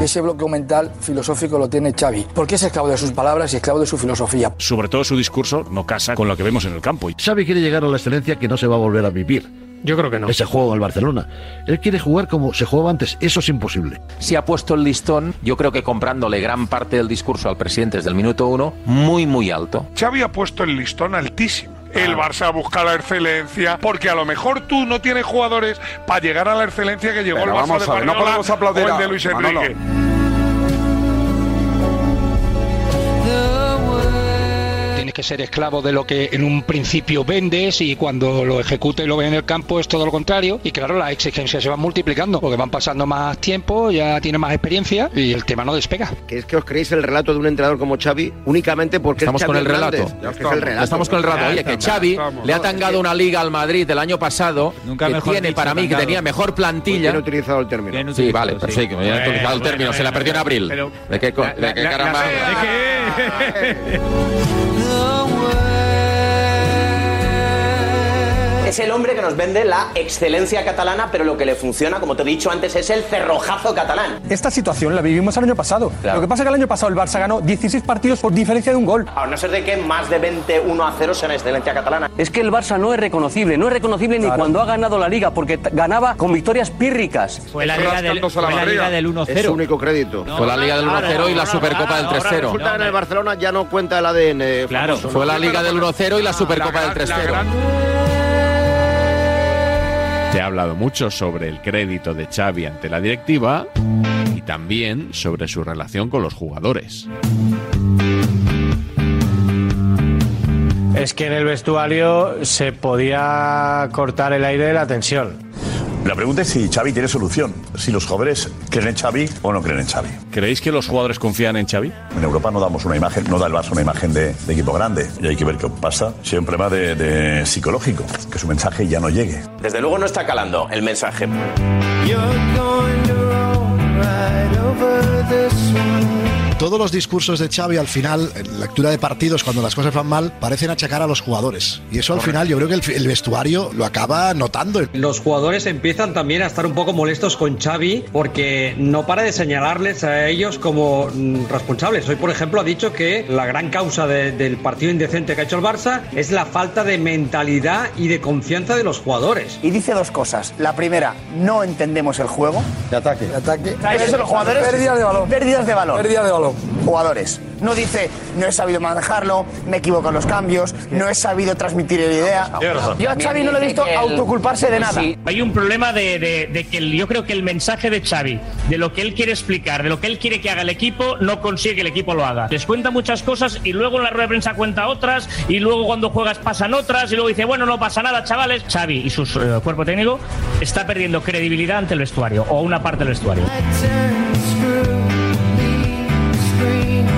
Ese bloqueo mental filosófico lo tiene Xavi, porque es esclavo de sus palabras y esclavo de su filosofía.
Sobre todo su discurso no casa con lo que vemos en el campo.
Xavi quiere llegar a la excelencia que no se va a volver a vivir.
Yo creo que no.
Ese juego al Barcelona. Él quiere jugar como se jugaba antes. Eso es imposible.
Si ha puesto el listón, yo creo que comprándole gran parte del discurso al presidente desde el minuto uno, muy, muy alto.
Xavi ha puesto el listón altísimo. El Barça busca la excelencia, porque a lo mejor tú no tienes jugadores para llegar a la excelencia que llegó
Pero
el Barça
vamos
de
a ver, no
Guardiola
podemos aplaudir
o el
a
de Luis Enrique.
Manolo.
Tienes que ser esclavo de lo que en un principio vendes y cuando lo ejecutes y lo ves en el campo es todo lo contrario. Y claro, las exigencias se van multiplicando porque van pasando más tiempo, ya tienes más experiencia y el tema no despega.
Que es que os creéis el relato de un entrenador como Xavi únicamente porque
Estamos
es Xavi
con el relato.
Hernández. Es que es el relato.
Estamos con el relato.
Ya
Oye, que
estamos,
Xavi
ya estamos.
le ha
No, es
tangado
que-
una liga al Madrid el año pasado.
Nunca
que
mejor
tiene
dicho,
para mí, que
tangado.
tenía mejor
Pues
plantilla.
Bien utilizado el término.
Sí, vale, perfecto. Ya he utilizado el
Bueno,
término, se la perdió en abril.
pero-
¿De qué, co- de qué
la-
caramba?
Es el hombre que nos vende la excelencia catalana, pero lo que le funciona, como te he dicho antes, es el cerrojazo catalán.
Esta situación la vivimos el año pasado. Lo que pasa es que el año pasado el Barça ganó 16 partidos por diferencia de un gol.
A no ser de que más de 21 a 0 sea la excelencia catalana.
Es que el Barça no es reconocible, no es reconocible ni cuando ha ganado la liga, porque t- ganaba con victorias pírricas.
Fue la liga del- fue la liga del 1-0. Es su único crédito.
Fue la liga del
Ahora,
1-0 y la
ahora,
Supercopa del
ahora
3-0.
Resulta que en el Barcelona ya no cuenta el ADN.
Claro,
famoso, ¿no?
fue la Liga del 1-0 y Ah, la Supercopa del 3-0.
Se ha hablado mucho sobre el crédito de Xavi ante la directiva y también sobre su relación con los jugadores.
Es que en el vestuario se podía cortar el aire de la tensión.
La pregunta es si Xavi tiene solución, si los jugadores creen en Xavi o no creen en Xavi.
¿Creéis que los jugadores confían en Xavi?
En Europa no damos una imagen, no da el Barça una imagen de, de equipo grande y hay que ver qué pasa. Si hay un problema de, de psicológico, que su mensaje ya no llegue.
Desde luego no está calando el mensaje. Todos los discursos de Xavi al final, en lectura de partidos, cuando las cosas van mal, parecen achacar a los jugadores. Y eso al final yo creo que el, el vestuario lo acaba notando.
Los jugadores empiezan también a estar un poco molestos con Xavi porque no para de señalarles a ellos como mm, responsables. Hoy, por ejemplo, ha dicho que la gran causa de- del partido indecente que ha hecho el Barça es la falta de mentalidad y de confianza de los jugadores.
Y dice dos cosas. La primera, no entendemos el juego.
De ataque. De ataque.
Eso de los jugadores.
Pérdidas de balón.
Pérdidas de valor.
Pérdidas de balón.
Jugadores. No dice, no he sabido manejarlo, me equivoco en los cambios, no he sabido transmitir la idea. Yo a Xavi no le he visto autoculparse de nada.
Hay un problema de, de- de que el- yo creo que el mensaje de Xavi, de lo que él quiere explicar, de lo que él quiere que haga el equipo, no consigue que el equipo lo haga. Les cuenta muchas cosas y luego en la rueda de prensa cuenta otras y luego cuando juegas pasan otras y luego dice, bueno, no pasa nada, chavales. Xavi y su eh, cuerpo técnico está perdiendo credibilidad ante el vestuario o una parte del vestuario.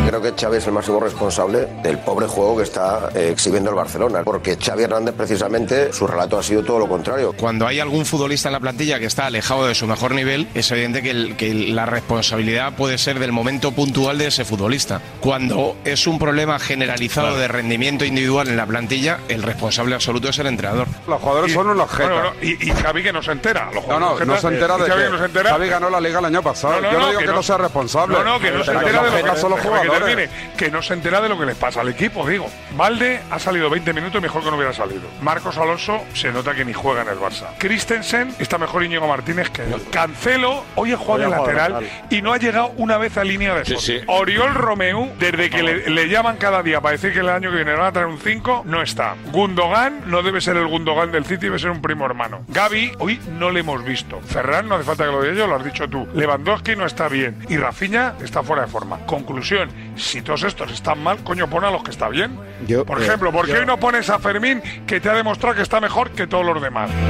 Creo que Xavi es el máximo responsable del pobre juego que está eh, exhibiendo el Barcelona, porque Xavi Hernández precisamente su relato ha sido todo lo contrario.
Cuando hay algún futbolista en la plantilla que está alejado de su mejor nivel, es evidente que, el- que la responsabilidad puede ser del momento puntual de ese futbolista. Cuando es un problema generalizado de rendimiento individual en la plantilla, el responsable absoluto es el entrenador.
Los jugadores son unos jetas.
Bueno, no, y, y Xavi que no se entera. Los
No,
jugadores
no, no
jetas,
se entera
y
de
Xavi
que
que no se entera.
Xavi ganó la liga el año pasado. Yo no digo que, no, sea responsable.
No, no, que no se
Pero
entera de
los
lo que,
jetas son los
déjame que
jugadores.
termine, que no se entera de lo que les pasa al equipo, digo. Valde ha salido 20 minutos mejor que no hubiera salido. Marcos Alonso se nota que ni juega en el Barça. Christensen está mejor Íñigo Martínez que él. Cancelo hoy ha jugado
Hoy
de
ha jugado
lateral
lateral.
y no ha llegado una vez a línea de
Sí,
fondo.
sí.
Oriol Romeu, desde que le, le llaman cada día para decir que el año que viene le van a traer un 5, no está. Gundogan no debe ser el Gundogan del City, debe ser un primo hermano. Gaby, hoy no le hemos visto. Ferran, no hace falta que lo diga yo, lo has dicho tú. Lewandowski no está bien. Y Rafinha está fuera de forma. Conclusión, si todos estos están mal, coño, pon a los que está bien.
Yo,
Por
eh,
ejemplo, ¿por qué
yo-
hoy no pones a Fermín que te ha demostrado que está mejor que todos los demás?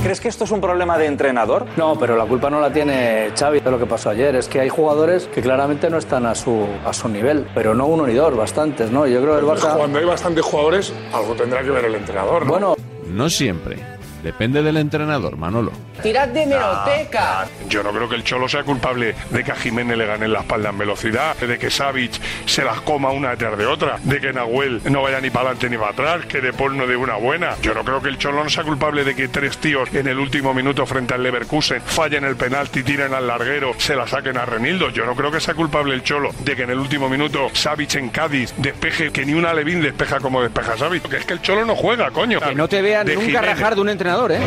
¿Crees que esto es un problema de entrenador? No, pero la culpa no la tiene Xavi de lo que pasó ayer. Es que hay jugadores que claramente no están a su, a su nivel, pero no uno ni dos, bastantes, ¿no? Yo creo que el Barça...
Cuando hay bastantes jugadores, algo tendrá que ver el entrenador, ¿no? Bueno,
No siempre. Depende del entrenador, Manolo.
tirad de meroteca. Yo no creo que el Cholo sea culpable de que a Jiménez le ganen la espalda en velocidad, de que Savic se las coma una detrás de otra, de que Nahuel no vaya ni para adelante ni para atrás, que De Paul no dé una buena. Yo no creo que el Cholo no sea culpable de que tres tíos en el último minuto frente al Leverkusen fallen el penalti, tiren al larguero, se la saquen a Renildo. Yo no creo que sea culpable el Cholo de que en el último minuto Savic en Cádiz despeje, que ni una Levín despeja como despeja Savic. Que es que el Cholo no juega, coño.
Que no te vean
De
nunca
Jiménez.
rajar de un entrenador, ¿eh?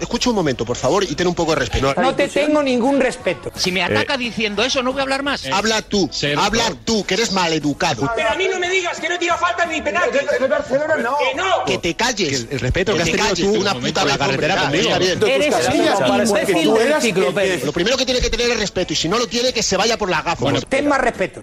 Escucha un momento, por favor, y ten un poco de respeto.
No te tengo
ningún respeto. Si me
ataca diciendo eso, no voy a hablar más.
Eh.
Eh, Habla tú, habla tú, que eres maleducado.
Pero a mí no me digas que no tira falta ni penalti.
De Barcelona
no. Que no.
Que te calles. el
respeto que has tenido tú
una
un momento
puta vez
en la carretera
con Ricardo.
conmigo.
Está bien.
Eres
Tus
un
caras, parece
imbécil
que tú
de
eras el que-
enciclopedia.
Lo primero que tiene que tener es respeto y si no lo tiene que se vaya por la gafa. ten más respeto.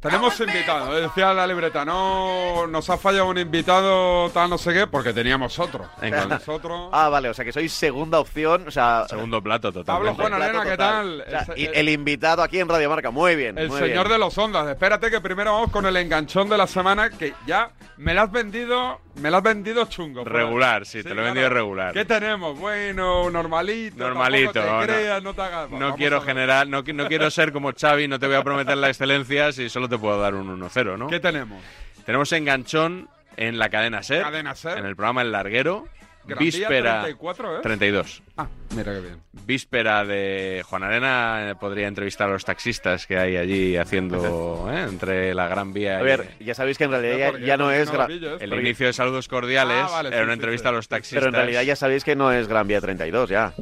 Tenemos invitado, eh, decía la libreta, no nos ha fallado un invitado tal no sé qué, porque teníamos otro. Teníamos otro.
Ah, vale, o sea que sois segunda opción, o sea... Segundo
plato,
totalmente.
Pablo Juan Arena, ¿qué tal? eh,
el, invitado aquí en Radio Marca, muy bien.
El
muy
señor
bien.
de los ondas, espérate que primero vamos con el enganchón de la semana, que ya me lo has vendido, me lo has vendido chungo. Fran.
Regular, sí, te lo he vendido regular.
¿Qué tenemos? Bueno, normalito.
Normalito,
tampoco
no.
te creas, no te hagas.
No quiero generar, no, qui- no quiero ser como Xavi, no te voy a prometer la excelencia si solo te puedo dar un 1-0, ¿no?
¿Qué tenemos?
Tenemos enganchón en la cadena SER,
Cadena SER.
en el programa El Larguero,
Gran Vía
víspera
34, ¿eh?
32.
Ah, mira qué bien.
Víspera de Juan Arena eh, podría entrevistar a los taxistas que hay allí haciendo ¿eh? entre la Gran Vía
A
y-
ver, ya sabéis que en realidad
No,
ya,
porque-
ya no
porque
es...
no lo
gra-
pillo, es
el
porque-
inicio
de saludos cordiales
Ah, vale,
era
sí,
una
sí,
entrevista a los taxistas.
Pero en realidad ya sabéis que no es Gran Vía 32 ya.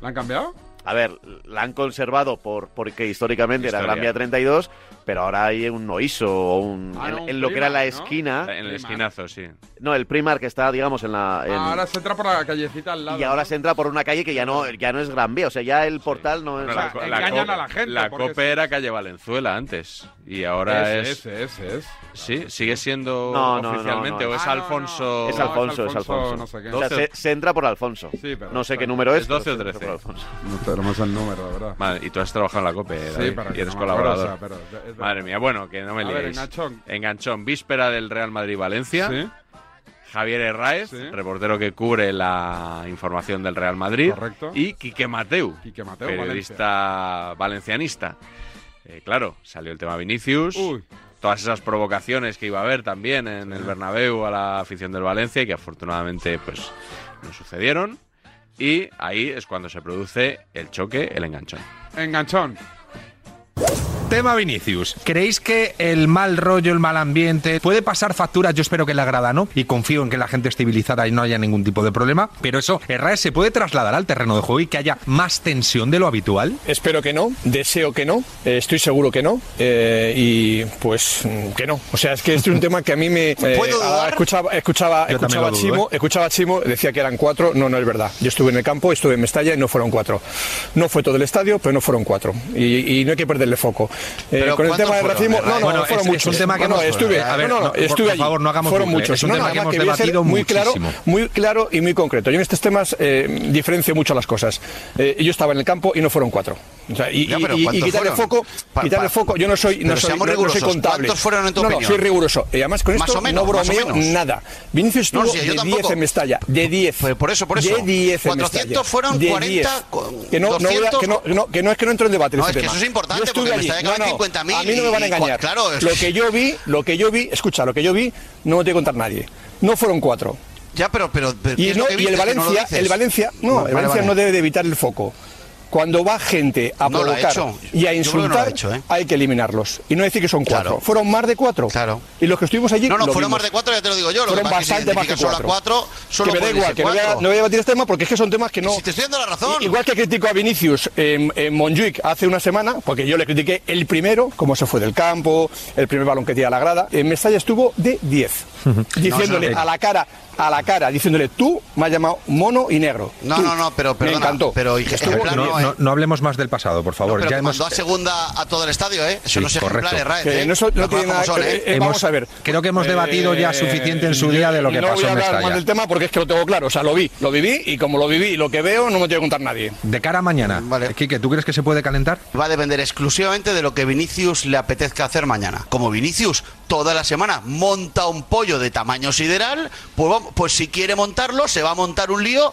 ¿La han cambiado?
A ver, la han conservado por porque históricamente era
Historia.
Gran Vía 32, pero ahora hay un Noiso o un,
Ah,
en,
no, un
en lo que era la
Primark, ¿no?
esquina.
En el esquinazo, sí.
No, el Primar que está, digamos, en la. en-
Ah, Ahora se entra por la callecita al lado.
y ahora se entra por una calle que ya no, ya no es Gran Vía, o sea, ya el portal no es.
Bueno, co-
engañan
co-
a la gente,
La
porque
COPE era calle Valenzuela antes. Y ahora es.
Ese,
Ese, ese, ese.
Sí, sigue siendo
No, no, no,
oficialmente
no,
Ah,
o es
no.
Alfonso.
es Alfonso, es Alfonso. O sea, se, se entra por Alfonso. no sé qué número es. pero
12 o
se entra
13.
por Alfonso.
No tenemos el número, la verdad.
Vale, y tú has trabajado en la COPE, David,
pero
y
que
eres
no me acuerdo,
colaborador.
o sea, pero- es verdad.
Madre mía, bueno, que no me
A ver,
liéis.
enganchón.
Enganchón, víspera del Real Madrid-Valencia.
Sí.
Javier Herráez, reportero que cubre la información del Real Madrid.
Correcto.
Y Quique Mateu,
Quique Mateo,
periodista valencianista. Eh, claro, salió el tema Vinicius. Todas esas provocaciones que iba a haber también en el Bernabéu a la afición del Valencia y que afortunadamente pues no sucedieron. Y ahí es cuando se produce el choque, el enganchón.
Enganchón.
Tema Vinicius. ¿Creéis que el mal rollo, el mal ambiente puede pasar facturas? Yo espero que la agrada, ¿no? Y confío en que la gente esté civilizada y no haya ningún tipo de problema. Pero eso, Herrera se puede trasladar al terreno de juego y que haya más tensión de lo habitual.
Espero que no, deseo que no, eh, estoy seguro que no eh, y pues mm, que no. O sea, es que este es un tema que a mí me...
¿Puedo
ah,
dudar?
escuchaba escuchaba,
Yo también
escuchaba,
lo dudo,
Chimo,
¿eh?
escuchaba a Chimo, decía que eran cuatro, no, no es verdad. Yo estuve en el campo, estuve en Mestalla y no fueron cuatro. No fue todo el estadio, pero no fueron cuatro. Y, y no hay que perderle foco. Eh,
¿Pero
con el tema
cuántos
del
fueron,
racismo,
Herrera?
no, no,
Bueno,
fueron
es- es
muchos.
un tema que
no, no,
hemos-
estuve,
a ver,
no, no,
no, por-
estuve
por
allí.
favor, no hagamos
fueron
bucle.
muchos.
Es un
No,
tema
no,
que hemos
además quería ser
debatido
muy claro,
muchísimo.
muy claro y muy concreto. Yo en estos temas eh, diferencio mucho las cosas. Eh, yo estaba en el campo y no fueron cuatro. O sea, y,
Ya,
y-
pero
y- y
¿cuántos
quitarle
fueron?
foco,
Pa-
quitarle
pa-
foco. Yo no soy,
Pero
no soy,
seamos
no- no soy
rigurosos.
contable.
¿Cuántos fueron en tu
no, no,
opinión?
soy riguroso. Y además con
Más
esto
o menos,
no
más o
bromeo
menos.
nada. Vinicius
No,
estuvo
sí, yo
de
tampoco. Pues
10 en Mestalla, de 10.
por eso, por eso.
De 10 en
400
Mestalla,
fueron
de
40,
10.
con
que no, no voy a-
200.
que no, no, que no es que no entro en debate en
No,
ese
es que
tema.
eso es importante,
Yo estuve
porque en
allí.
Mestalla
No,
caben
no,
50.000
A mí no me van a
y cua-
engañar.
claro, es-
Lo que yo vi, lo que yo vi, escucha, lo que yo vi no me te voy a contar nadie. No fueron cuatro.
Ya, pero, pero, pero ¿qué
Y,
es
no-
lo que
y
viste
el
que no lo
Valencia,
dices?
el Valencia, no,
Vale,
el Valencia
vale.
no debe de evitar el foco. Cuando va gente a
No lo ha
provocar
hecho.
y a
Yo creo que no lo
insultar,
ha hecho, ¿eh?
hay que eliminarlos. Y no decir que son cuatro. Fueron más de cuatro. Claro. Y los que estuvimos allí.
No, no,
lo
fueron
vimos.
más de cuatro, ya te lo digo yo. Lo
fueron
que pasa es que
bastante más de
identificas
cuatro.
Solo a cuatro, solo
que me da
pueden
igual,
ser
que no voy, a,
cuatro.
no voy a debatir este tema porque es que son temas que no.
Si te estoy dando la razón.
I- Igual que critico a Vinicius en, en Montjuic hace una semana, porque yo le critiqué el primero, cómo se fue del campo, el primer balón que tira a la grada. En Mestalla estuvo de 10, diciéndole
No, no,
a la cara, a la cara, diciéndole tú me has llamado mono y negro.
No,
Tú.
no, no, pero
me
perdona,
encantó.
pero
Estuvo-
ejemplar
no,
no,
no-
eh.
no hablemos más del pasado, por favor.
Pero
ya
que
hemos,
mandó a segunda a todo el estadio, ¿eh? Eso
Sí,
no es
correcto.
ejemplar, Raez,
Que
¿eh?
no so- no
Las cosas
tiene nada-
como son, ¿eh?
eh, eh, vamos
hemos-
a ver.
Creo que hemos debatido ya suficiente en su día de lo que
Eh, no
pasó
voy a
en
hablar más
Mestalla.
del tema porque es que lo tengo claro. O sea, lo vi, lo viví y como lo viví y lo que veo no me tiene que contar nadie.
De cara a mañana, Quique, ¿tú crees que se puede calentar?
Mm, Va a depender exclusivamente de lo que Vinicius le apetezca hacer mañana. Como Vinicius toda la semana monta un pollo de tamaño sideral, pues, vamos- pues si quiere montarlo, se va a montar un lío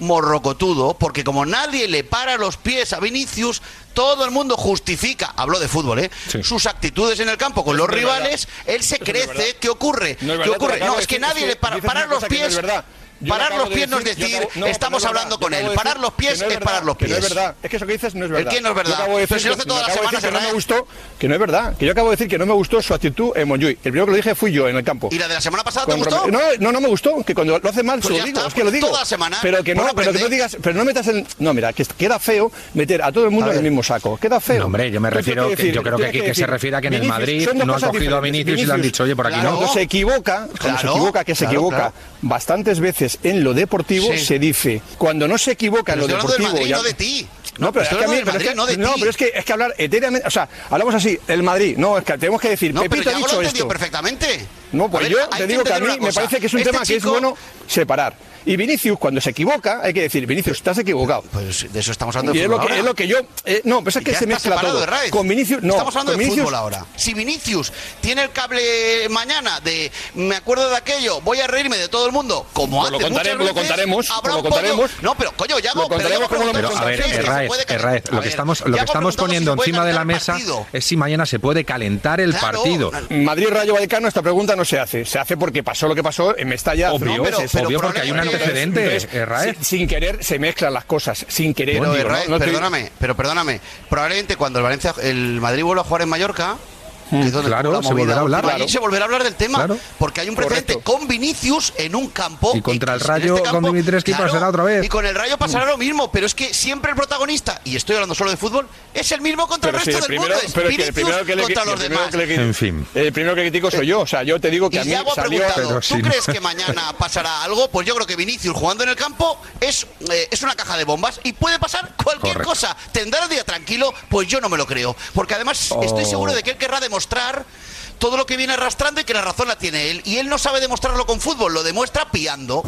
morrocotudo, porque como nadie le para los pies a Vinicius, todo el mundo justifica, hablo de fútbol, ¿eh? sus actitudes en el campo con
Eso
los
no es
rivales,
verdad.
él se
Eso no es
crece,
verdad.
¿qué ocurre?
No es
¿Qué
verdad,
ocurre?
te lo acabo
No,
de
es que
decir,
nadie
es
le
que
para,
dices
parar
una
los
cosa que no
pies.
es verdad. Yo
Parar
acabo
los
de
pies no es
decir- yo
decir,
acabo- no, pero
estamos
no es
hablando
verdad,
con
yo
él.
acabo de
Parar
decir
los pies
que no
es parar los
que
pies.
no es verdad. Es que eso que dices no es
¿El
verdad.
qué no
Yo
es verdad?
acabo de decir
Pero si lo hace
que-
toda
yo
la
acabo de
semana,
decir que no
Fernández.
me gustó, que no es verdad. Que yo acabo de decir que no me gustó su actitud en Montjuic. El primero que lo dije fui yo en el campo.
¿Y la de la semana pasada te
Con
gustó?
Romero- No, no, no me gustó. Que cuando lo hace mal,
Pues
se
ya
lo digo.
está,
es que lo digo.
toda la semana.
Pero que no,
Bueno,
pero que no
aprende.
digas, pero no metas en, no mira, que queda feo meter a todo el mundo en el mismo saco. Queda feo.
No, hombre, yo me
Entonces,
refiero que-
¿qué decir?
yo creo que
Tienes
Quique se
decir,
refiere a que en el
Vinicius,
Madrid
son dos
no han
cosas
cogido a
diferentes.
Vinicius y le han dicho, oye, por aquí no.
Cuando se equivoca, cuando se
Claro,
equivoca, que se
claro,
equivoca
claro.
bastantes veces en lo deportivo,
Sí.
se dice, cuando no se equivoca en
Pero
lo
estoy hablando del
deportivo...
Madrid,
y a-
no de ti.
No, pero es
Estoy
que a mí-
hablando
pero
del
es que-
Madrid, no de
no,
ti.
pero es que, es que hablar etéreamente, o sea, hablamos así, el Madrid, no, es que tenemos que decir,
No, pero
Pepito
ya
ha
lo
dicho
entendió
esto.
perfectamente.
No, pues
A ver,
yo
hay
te
que
digo que a mí
entender una
me
cosa.
parece que es un
Este
tema que es
chico-
bueno separar. Y Vinicius, cuando se equivoca, hay que decir, Vinicius, estás equivocado.
Pues de eso estamos hablando de
y es lo,
fútbol
que,
ahora.
es lo que yo... eh, no, pero es que
Ya
se
está
mezcla
separado
todo.
de Raez.
Con Vinicius, no.
Estamos hablando
con
de
Vinicius-
fútbol ahora. Si Vinicius tiene el cable mañana de me acuerdo de aquello, voy a reírme de todo el mundo, como
Pues
hace
lo contaremos,
muchas
lo
veces,
contaremos,
habrá
lo
un pollo-
contaremos.
No, pero coño, ya
Lo contaremos como lo hemos
Pero a ver, Erraez, Erraez, lo que estamos, lo que estamos poniendo encima de la mesa es si mañana se puede calentar el partido.
Madrid Rayo Vallecano, esta pregunta no se hace. Se hace porque pasó lo que pasó en Mestalla. hace
Obvio,
unos meses.
pero- obvio, porque hay un
Entonces,
antecedente,
entonces,
eh, Raez.
sin, sin querer se mezclan las cosas, sin querer.
Pero,
digo, ¿no?
Erraez,
No estoy-
perdóname, pero perdóname. Probablemente cuando el Valencia, el Madrid vuelva a jugar en Mallorca, que es donde
Mm, claro,
estuvo la
se
movida
volverá a hablar.
última, allí
Claro.
se volverá a hablar del tema,
Claro.
porque hay un precedente con Vinicius en un campo.
Y contra el
X. En este
Rayo,
campo,
con Dimitrescu
claro,
pasará otra vez. Mm.
Y con el Rayo pasará lo mismo, pero es que siempre el protagonista, y estoy hablando solo de fútbol, es el mismo contra
Pero
el
si
resto
el
del
primero-
mundo. es
pero es que el
Vinicius
primero que le-
contra
el
los
primero
demás.
que le-
En fin.
El primero que critico soy yo. O sea, yo te digo que
Y
a mí
Yago ha
salió...
preguntado,
Pero
¿tú
si no.
crees que mañana pasará algo? Pues yo creo que Vinicius jugando en el campo es, eh, es una caja de bombas y puede pasar cualquier
Correcto.
cosa. ¿Tendrá el día tranquilo? Pues yo no me lo creo. Porque además estoy
Oh.
seguro de que él querrá demostrar todo lo que viene arrastrando y que la razón la tiene él. Y él no sabe demostrarlo con fútbol, lo demuestra piando.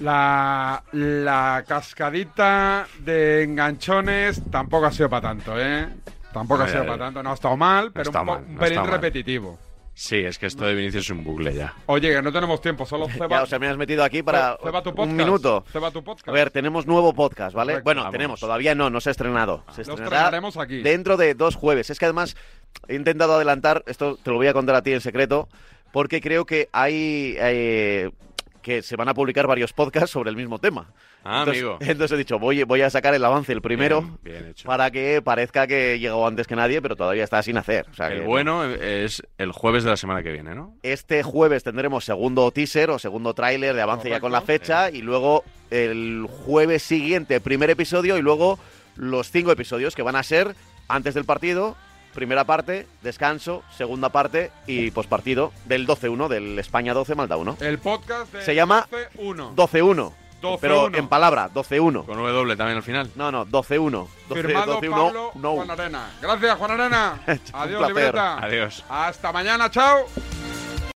La, la cascadita de enganchones tampoco ha sido para tanto, ¿eh? Tampoco ha
Ay,
sido
ay,
para
ay.
tanto. No ha estado mal, pero
está
un, po-
mal,
un
no
pelín
está mal.
repetitivo.
Sí, es que esto de Vinicius es un bucle ya.
Oye, que no tenemos tiempo, solo ceba.
Ya, o sea, me has metido aquí para
Ce- ceba tu podcast.
un minuto.
Ceba tu podcast.
A ver, tenemos nuevo podcast, ¿vale?
Correcto.
bueno,
Vamos.
tenemos, todavía no, no se ha estrenado. Se
Lo
estrenará
estrenaremos aquí.
dentro Pues de dos jueves. Es que además he intentado adelantar, esto te lo voy a contar a ti en secreto, porque creo que hay... eh, que se van a publicar varios podcasts sobre el mismo tema.
Ah,
entonces,
amigo.
Entonces he dicho, voy, voy a sacar el avance, el primero,
Bien, bien hecho.
para que parezca que llegó antes que nadie, pero todavía está sin hacer. O sea, que
El
no.
bueno es el jueves de la semana que viene, ¿no?
Este jueves tendremos segundo teaser o segundo tráiler de avance ya con la fecha y luego el jueves siguiente primer episodio y luego los cinco episodios que van a ser antes del partido, primera parte, descanso, segunda parte y pospartido del 12-1, del España 12 Malta 1.
El podcast de
Se llama
12-1.
12-1,
12-1.
pero en palabra, 12-1.
Con W también al final.
No, no, 12-1. 12,
Firmado
12-1,
Pablo
no.
Juan Arena. Gracias, Juan Arena.
Un
Adiós,
placer.
libreta.
Adiós.
Hasta mañana, chao.